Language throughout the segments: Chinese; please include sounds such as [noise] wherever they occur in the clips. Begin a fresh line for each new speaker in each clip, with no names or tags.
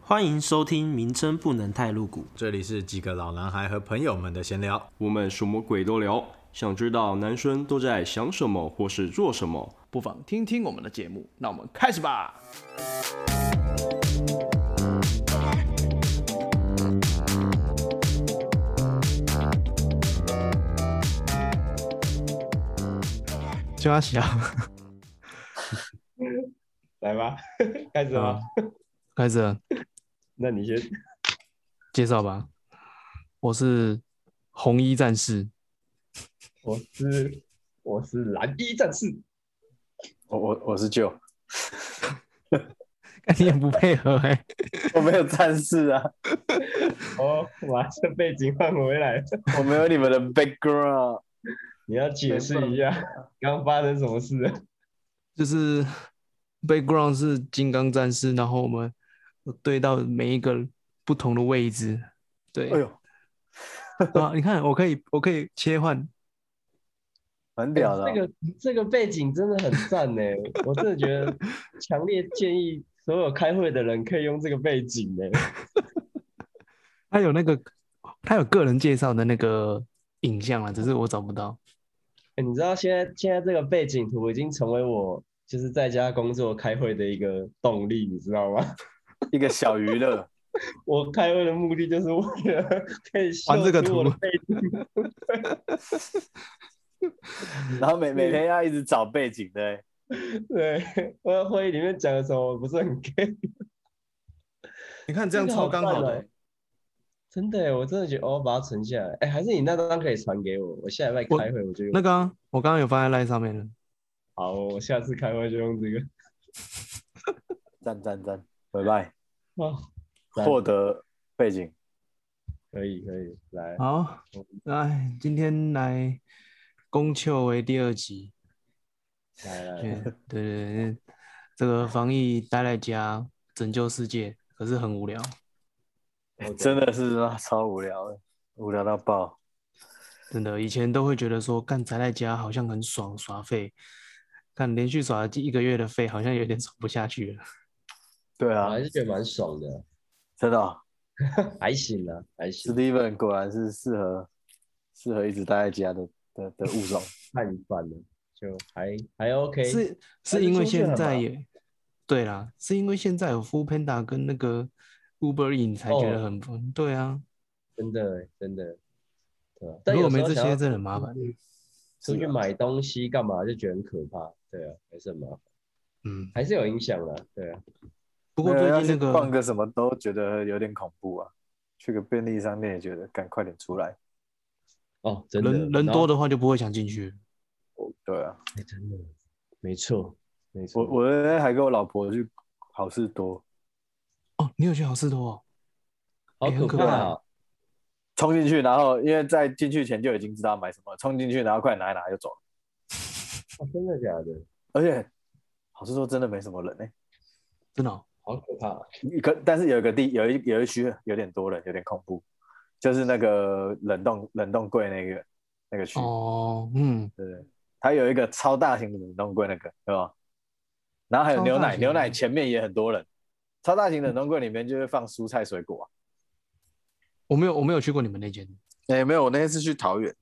欢迎收听，名称不能太露骨。
这里是几个老男孩和朋友们的闲聊，
我们什么鬼都聊，想知道男生都在想什么或是做什么。
不妨听听我们的节目。那我们开始吧。
就要啊小，
来吧， [laughs] 开始吧。
开始了
那你先，
介绍吧。我是红衣战士， [laughs]
我是我是蓝衣战士，
我我我是舅，
看你很不配合哎、
我没有战士啊，
哦，把这背景换回来了。
[laughs] 我没有你们的 background。
你要解释一下刚发生什么事了？
就是 background 是金刚战士，然后我们对到每一个不同的位置，对
哎，呦，
啊，你看我可以我可以切换，
蛮屌的啊、
这个这个背景真的很赞 [laughs] 呢，我真的觉得强烈建议所有开会的人可以用这个背景呢。
它有那个它有个人介绍的那个影像啊，只是我找不到。
欸你知道现在现在这个背景图已经成为我就是在家工作开会的一个动力，你知道吗？
[laughs] 一个小娱乐，
[laughs] 我开会的目的就是为了可以秀
玩这个
出我 [laughs] 的
图
背景。
然后每每天要一直找背景的欸、
[laughs] 对，我在会议里面讲的什么我不是很 care，
你看这样
这个
超刚好
好
的
赞
欸、
哦真的欸，我真的觉得哦，我把它存下来。哎、还是你那张可以传给我，我下礼拜
我
开会我就用。
那个、啊、我刚刚有放在 line 上面了，
好，我下次开会就
[laughs]
用这个。
赞赞赞，拜拜，
[laughs] 哦，赞
获得背景，
可以可以，来，
好，
嗯
哎，今天来宫秋为第二集。
来来
对
来，
对对，这个防疫待在家拯救世界，可是很无聊。
OK
真的是啊超无聊的，无聊到爆。
真的，以前都会觉得说干宅在家好像很爽，耍废。看连续耍了一个月的废，好像有点耍不下去了。
对
我
啊，
还是觉得蛮爽的，
真的哦、
还行啊，还
s
行，
t e v e n 果然是适合适合一直待在家的的的物种。
看一半了，就还还 OK。
是
还
是
是
因为
出去很
现在
忙
也对啦，是因为现在有 Food Panda 跟那个 Uber E 才觉得
哦
很不、对啊。
真的欸真的，对吧？但
如
有
果
时
没
候
这
想要
些，真的很麻烦。
出去买东西干嘛，就觉得很可怕。对啊，还是很麻烦，
嗯，
还是有影响啦。对啊，
不过
没有
最
要
近那
去
呃
个
逛个什么都觉得有点恐怖啊，去个便利商店也觉得赶快点出来。
哦，真的，
人人
然
多
后
的话就不会想进去。
对啊，
哎真的，没错，没错。
我我那天还跟我老婆去好事多，
哦，你有去好事多、哦？
好
哎很
可
可
怕
怕
啊！
冲进去，然后因为在进去前就已经知道买什么，冲进去然后快拿一拿就走了。
哦真的假的？
而且好事多真的没什么人呢、欸
真的、哦？
好可怕啊！
可但是有一个地有一有一区有点多人，有点恐怖，就是那个冷冻冷冻柜那个那个区，
哦，嗯，
对对，它有一个超大型的冷冻柜那个，对吧？然后还有
超
牛
大
奶，
型
牛
的嗯
奶前面也很多人，超大型冷冻柜里面就会放蔬菜水果啊。
我没有，我没有去过你们那间。
哎、没有，我那天是去桃园。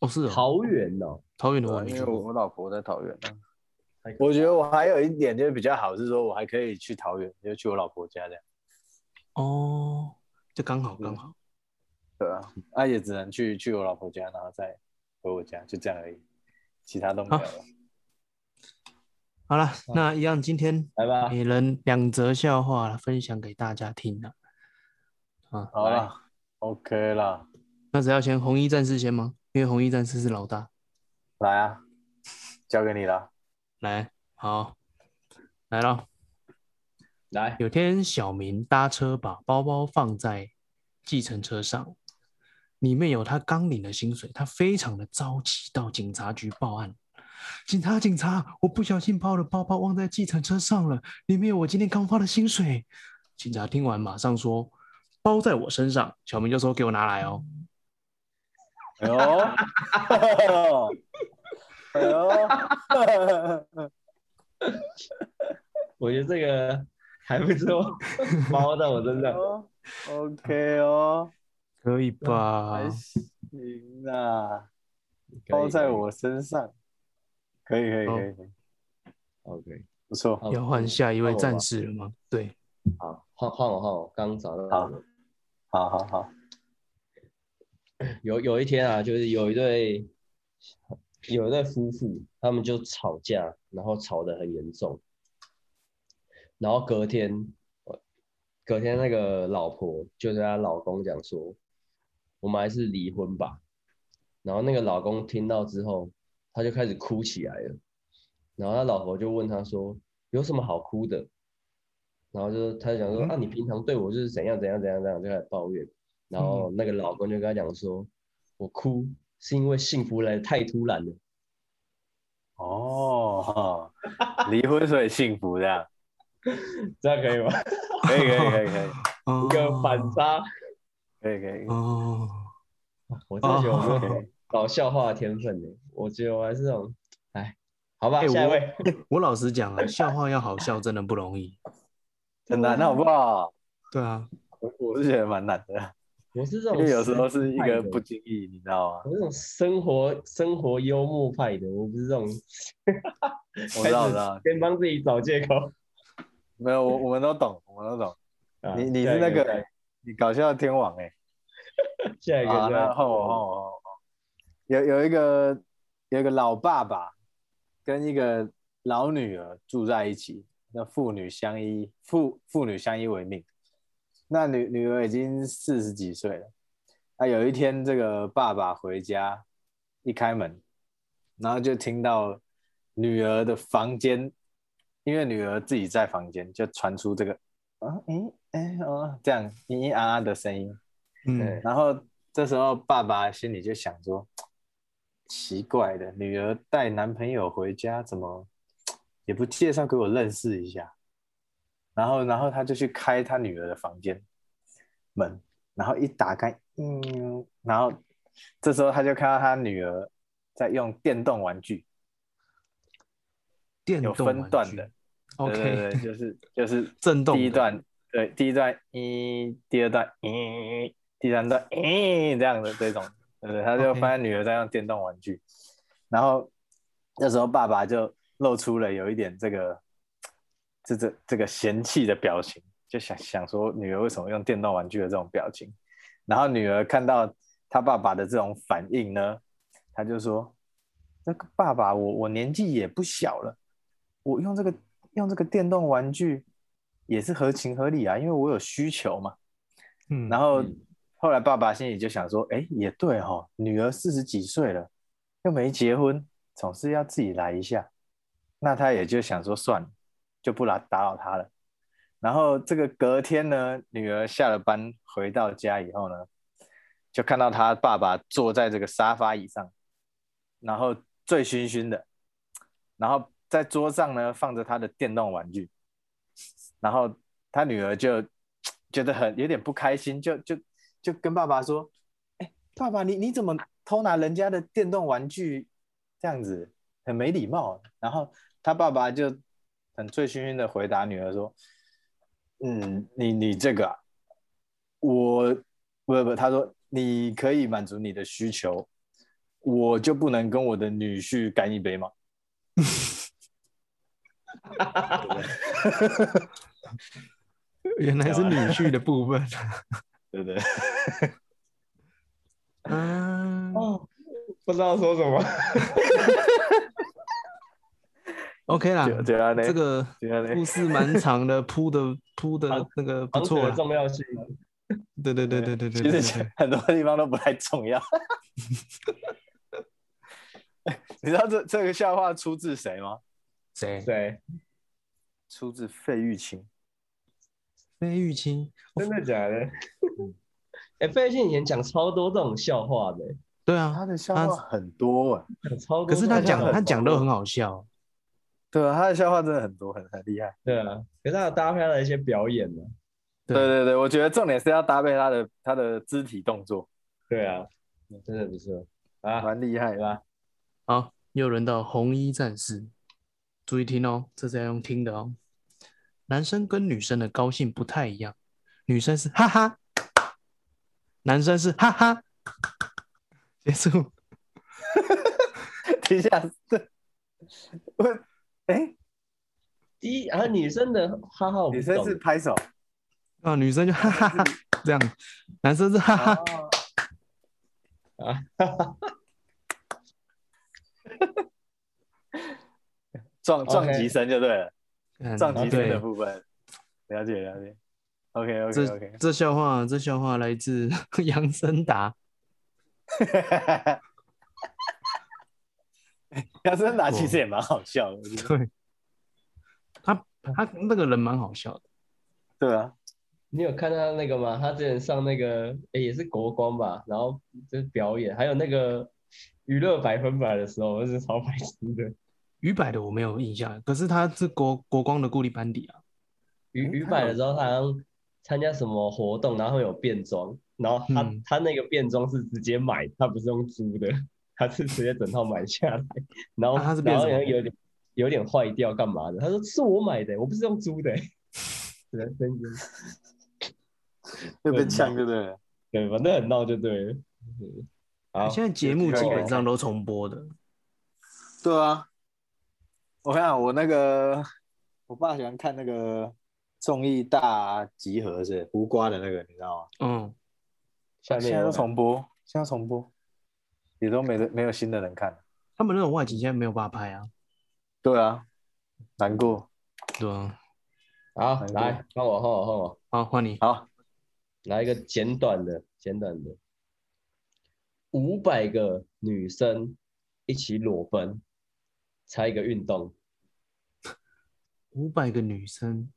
哦，是哦，
好远哦，
桃园的
对
嗯我
啊，
没
因
去
为我
过。
我老婆在桃园、啊
太可。
我觉得我还有一点就是比较好，是说我还可以去桃园，就去我老婆家这样。
哦，就刚
嗯
好刚好。
对啊，啊也只能去去我老婆家，然后再回我家，就这样而已，其他都没有了。
好了，那一样，今天
来吧，
每人两则笑话啦分享给大家听啊。啊，
好了，OK 啦，
那只要先红衣战士先吗？因为红衣战士是老大。
来啊，交给你啦。
来，好，来了。
来，
有天，小明搭车把包包放在计程车上，里面有他刚领的薪水，他非常的着急，到警察局报案。警察，警察，我不小心把我的包包忘在计程车上了，里面有我今天刚发的薪水。警察听完马上说：“包在我身上。”小明就说：“给我拿来哦。
嗯
哎呦，哎呦，
[laughs]
我觉得这个还不错，猫在我身上。
哦，OK 哦，
可以吧
还？行啊，
啊可以哦
包在我身上，可以可以
好
可以可以，
OK，
不错，
好
要换下一位
换我吧
战士了吗？对，
好，换换我换我，刚找到
好
了。
好好好，
有有一天啊，就是有一对有一对夫妇，他们就吵架，然后吵得很严重，然后隔天，隔天那个老婆就对她老公讲说：“我们还是离婚吧。”然后那个老公听到之后，他就开始哭起来了。然后他老婆就问他说：“有什么好哭的？”然后就他就想说：“啊，你平常对我就是怎样怎样怎样怎样，就开始抱怨。”然后那个老公就跟他讲说：“我哭是因为幸福来的太突然了。
哦哈，离婚所以幸福这样，”
这样可以吗？
可以可以可以可以
哦
一个反差，
可以可以，
哦，
我真的觉得我没
哦
有搞笑话的天分呢。欸我觉得我还是那种，哎，好吧，
哎
下一位，
我老实讲啊，笑话要好笑真的不容易。
很
啊
难啊好不好？
对啊，
我我是觉得蛮难的，
我是这
因
种，
为有时候是一个
不。
不经意，你知道吗？
我这种生活生活幽默派的，我不是这种。
我知道我知道
先帮自己找借口。
没有，我我们都懂，我们都懂，
啊
你你是
下
那
一
个你搞笑天王哎。
下一个，下
啊，
一
那
个
换我换我换我，有有一个有一个老爸爸跟一个老女儿住在一起，那父女相依，父父女相依为命。那女女儿已经四十几岁了，那有一天这个爸爸回家，一开门，然后就听到女儿的房间，因为女儿自己在房间，就传出这个啊，咦，哎哦，这样咿咿啊啊的声音。
嗯
对，
然后这时候爸爸心里就想说，奇怪的，女儿带男朋友回家，怎么也不介绍给我认识一下？然后，然后他就去开他女儿的房间门，然后一打开，嗯，然后这时候他就看到他女儿在用电动玩具，
电
有
动
分
玩
段
具
的对对
OK，
对，就是就是
[laughs] 震动
第一
的
段，对，第一段一，第二段一，第三段一，这样的这种，对对，他就
OK
发现女儿在用电动玩具然后那时候爸爸就露出了有一点这个这这这个嫌弃的表情，就想想说女儿为什么用电动玩具的这种表情，然后女儿看到她爸爸的这种反应呢，她就说：“那个爸爸，我我年纪也不小了，我用这个用这个电动玩具也是合情合理啊，因为我有需求嘛。”
嗯，
然
后
后
嗯
后来爸爸心里就想说，哎，也对哦，女儿四十几岁了，又没结婚，总是要自己来一下。那他也就想说，算了，就不来打扰她了。然后这个隔天呢，女儿下了班回到家以后呢，就看到她爸爸坐在这个沙发椅上，然后醉醺醺的，然后在桌上呢放着他的电动玩具，然后他女儿就觉得很有点不开心，就就就跟爸爸说：“哎、爸爸，你你怎么偷拿人家的电动玩具？这样子很没礼貌。”然后他爸爸就很醉醺醺的回答女儿说：“嗯，你你这个啊、我不不，他说你可以满足你的需求，我就不能跟我的女婿干一杯吗？”
[laughs] 原来是女婿的部
[laughs]
分。
对不对？
嗯
哦，不知道说什么。
[laughs]
，OK 啦，
就就要那
啊这个
就要那
故事
[laughs]
蛮长的，铺的铺的那个不
房子
错
啊
的
啦。
重要性，
对对对对对对，
其
对
实
对
很多地方都不太重要。 [laughs] 你知道这这个笑话出自谁吗？
谁？
[laughs]
对，
出自费玉清。
费玉清。
真的假的？ [laughs] 哎，费俊以前讲超多这种笑话的，欸
对啊，
他的笑话很多哎、
讲超
可
多。
是他讲
很
他讲都很好笑。
对啊，他的笑话真的很多，很很厉害。
对啊，可是他有搭配他的一些表演呢。
对对对，我觉得重点是要搭配他的他的肢体动作，
对啊，真的不错啊。
蛮厉害的。
好，又轮到红衣战士，注意听哦，这是要用听的哦。男生跟女生的高兴不太一样，女生是哈哈，男生是哈哈。 [laughs] 结束，
[laughs] 等一 [laughs] 下，这我哎，
第一啊，女生的哈哈，我不
女生
懂
是拍手，
啊，女生就哈哈
嗯
哈 [laughs] 这样，男生是哈哈。
哦撞
OK
撞击声就对了，
嗯
撞击声
对
的部分，了解了解。OK OK
这
OK，
这笑话，这笑话来自 [laughs] 杨森达。
杨 [laughs] 森达其实也蛮好笑的， [laughs] 我觉得
对，他
嗯
他那个人蛮好笑的，
对啊，
你有看他那个吗？他之前上那个，哎、也是国光吧，然后就是表演，还有那个娱乐百分百的时候，我是超白痴的。
于百的我没有印象，可是他是国国光的固定班底啊。
娱
嗯
娱
他
百
有
的时候，他好像参加什么活动，然后会有变装，然后他、
嗯
他那个变装是直接买，他不是用租的，他是直接整套买下来，然后、
啊他是变
然后
什么
好像有点有点坏掉干嘛的？他说是我买的，我不是用租的， [laughs] 人生真
又被呛就对了。
对，反正很闹就对了。嗯好，
现在节目基本上都重播的，
对啊，我看我那个我爸喜欢看那个综艺大集合是胡瓜的那个，你知道吗？
嗯，
下面
现在
有
都重播，现在重播，也都没人没有新的人看。
他们那种外景现在没有办法拍啊，
对啊，难过。
对啊。
好，来换我，换我，换我，
好，换你。
好，
来一个简短的，简短的。五百个女生一起裸奔，猜一个运动。
五百个女生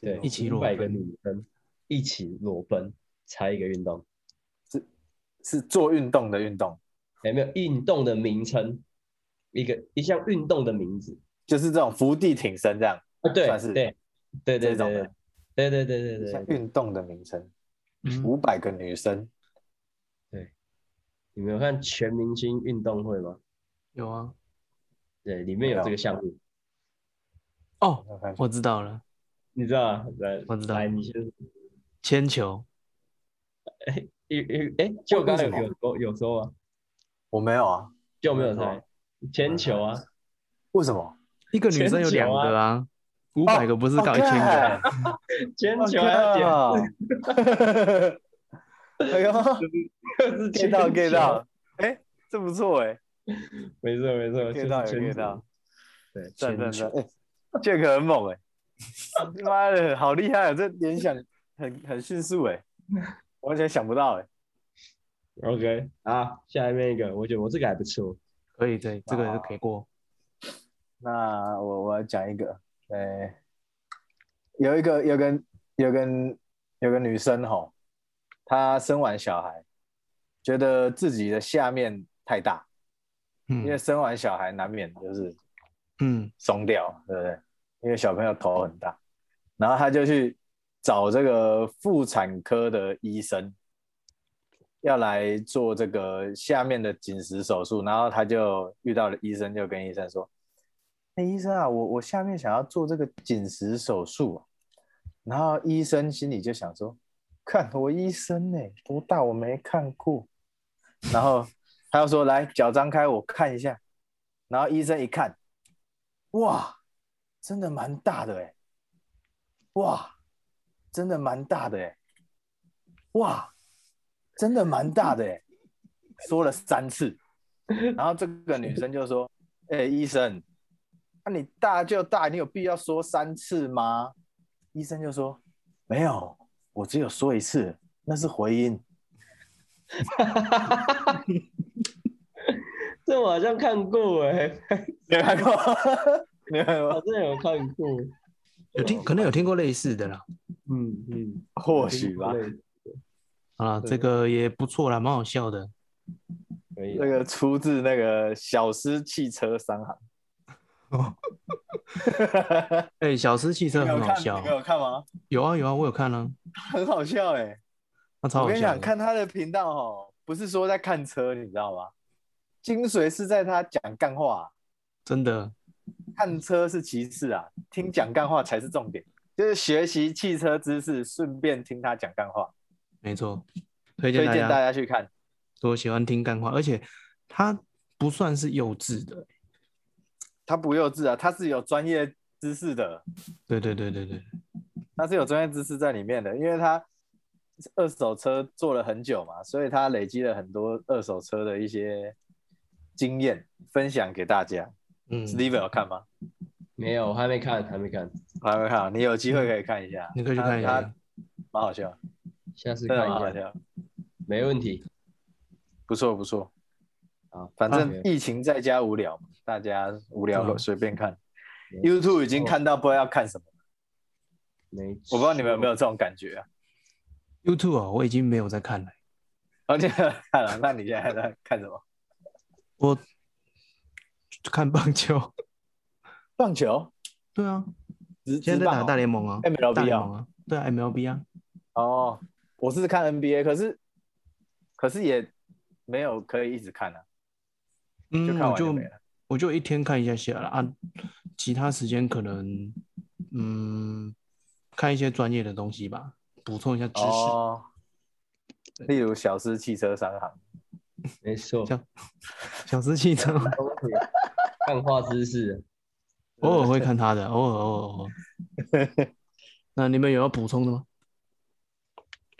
对，
一起裸
500个
奔
女生一起裸奔，猜一个运动。
是做运动的运动，
有哎没有运动的名称？一个一项运动的名字
就是这种伏地挺身这样，
啊？对
算是
对对对
这种
对
的
对对对对
像
对对，
运动的名称。
嗯
五百个女生，
你们有看全明星运动会吗？
有啊。
对，里面有这个项目，
哦，
我看
我知道了，
你知道吗？来，
我知道
来，你先
铅球。
有有哎，就刚刚有有说有说吗？
我没有啊，
就没有
没有
猜铅球啊，
为什么？
一个女生有两个啊，五百个不是搞一千个，
哦
铅
干
球还啊要点
我靠 [laughs] 哎
[laughs]
呦
就是
，get
铅
到
球
get 到，哎，这不错哎
没错没错
，get 到有
呃就是
get
铅
到
球，，对，
赞赞
球
赞，哎，Jack 很猛哎，妈的，好厉害啊，这联想很很迅速
[laughs]
哎，完全想不到哎，
OK，好，下面一个，我觉得我这个还不错，
可以，对，这个可以过。
那我我要讲一个，呃、有一个有个有个有个女生吼，她生完小孩，觉得自己的下面太大，因为
嗯
生完小孩难免就是
嗯，
松掉，对不对？因为小朋友头很大，然后她就去找这个妇产科的医生，要来做这个下面的紧实手术，然后她就遇到了医生，就跟医生说：“那、医生啊，我我下面想要做这个紧实手术啊、然后医生心里就想说：“ [laughs] 看我医生呢、多大我没看过。”然后他就说：“来，脚张开，我看一下。”然后医生一看，哇，真的蛮大的哎、哇，真的蛮大的哎、哇，真的蛮大的哎、说了三次，然后这个女生就说：“哎、医生，那、你大就大，你有必要说三次吗？”医生就说：“没有，我只有说一次，那是回音。
[laughs] 这我好像看过哎，”
没
[laughs]
有看过，没有看
好
过，
像有看过，
有听可能有听过类似的啦。
嗯嗯，
或许吧。
对
好啦，啊这个也不错啦，蛮好笑的。
可以
那个出自那个小狮汽车商行。 [laughs]
哦，哎，小狮汽车
你
很
有
好
看？
笑
你，有看吗？
有啊有啊，我有看啊，
很好笑哎、
那超
我
好
跟你
笑
讲，
的。
看他的频道哦，不是说在看车，你知道吗？精髓是在他讲干话、
真的，
看车是其次啊，听讲干话才是重点。就是学习汽车知识，顺便听他讲干话，
没错，推
推
荐大
荐
家
大家去看。
我喜欢听干话，而且他不算是幼稚的。
他不幼稚啊，他是有专业知识的，
对对对对对，
他是有专业知识在里面的，因为他二手车做了很久嘛，所以他累积了很多二手车的一些经验，分享给大家。
嗯
Steven 有看吗？
没有，我还没看，还没看，
还没看，啊你有机会可以看一下，
你可以去看一
他
下
他。蛮好笑，
下次
真的
看
蛮好
一下，
笑，
没问题。
不错不错。啊
好，
反
好
正疫情在家无聊嘛，大家无聊
啊对啊
随便看。
没
YouTube 已经看到不知道要看什么，
没，
我不知道你们有没有这种感觉啊？
YouTube 啊，我已经没有在看了。
而且哦看了，那你现在在看什么？
我看棒球， [laughs]
棒球？
对啊，
直哦
现在在打大
连
联盟啊
MLB 啊
大联盟啊，对啊，MLB 啊，
哦，我是看 NBA，可是可是也没有可以一直看啊，
嗯，
就看
我
完
就
没了。
我就一天看一下下啦啊，其他时间可能嗯看一些专业的东西吧，补充一下知识。
哦，例如小狮汽车商行，
没错，
像小司汽车，
没
[laughs]
问题看画知识，
偶尔会看他的，偶尔偶尔偶尔。
[laughs]
那你们有要补充的吗？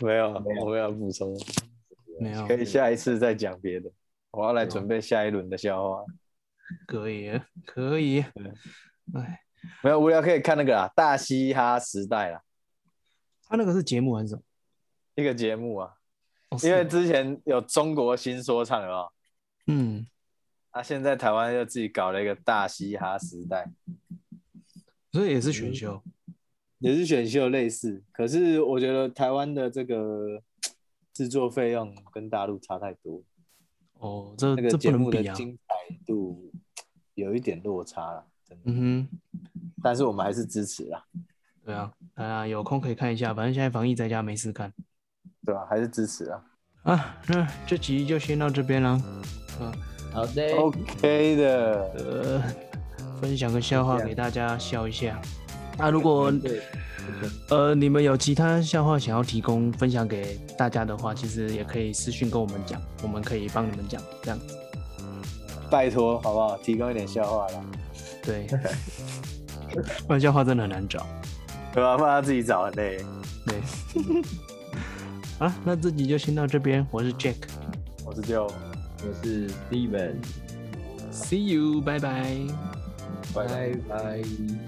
没有，啊我没有补充，
没有啊
可，以下一次再讲别的。我要来准备下一轮的笑话，
可以，啊可以。哎，
没有无聊可以看那个啦，《大嘻哈时代》啦，
他那个是节目还是什么？
一个节目啊，
哦是
因为
吗
之前有中国新说唱，有没有？
嗯，
啊，现在台湾又自己搞了一个《大嘻哈时代》，
所以也是选秀。
也是选秀类似，可是我觉得台湾的这个制作费用跟大陆差太多，
哦，这
那个
这
节
不能
目的
比啊。
精彩度有一点落差了，真的。
嗯哼，
但是我们还是支持啦，
对啊，大家有空可以看一下，反正现在防疫在家没事干
对吧、还是支持啦。
啊。那这集就先到这边啦。
好的，
哦 OK 的，
呃，分享个笑话给大家笑一下。那如果
对，
呃你们有其他笑话想要提供分享给大家的话，其实也可以私讯跟我们讲，我们可以帮你们讲。这样
拜托好不好？提供一点笑话啦，
对，不然笑话真的很难找。
对啊吧、不然他自己找很累。
对，好了，那这集就先到这边，我是 Jack，See
我是就
我是 Steven，
you，拜拜。
拜拜。
拜拜。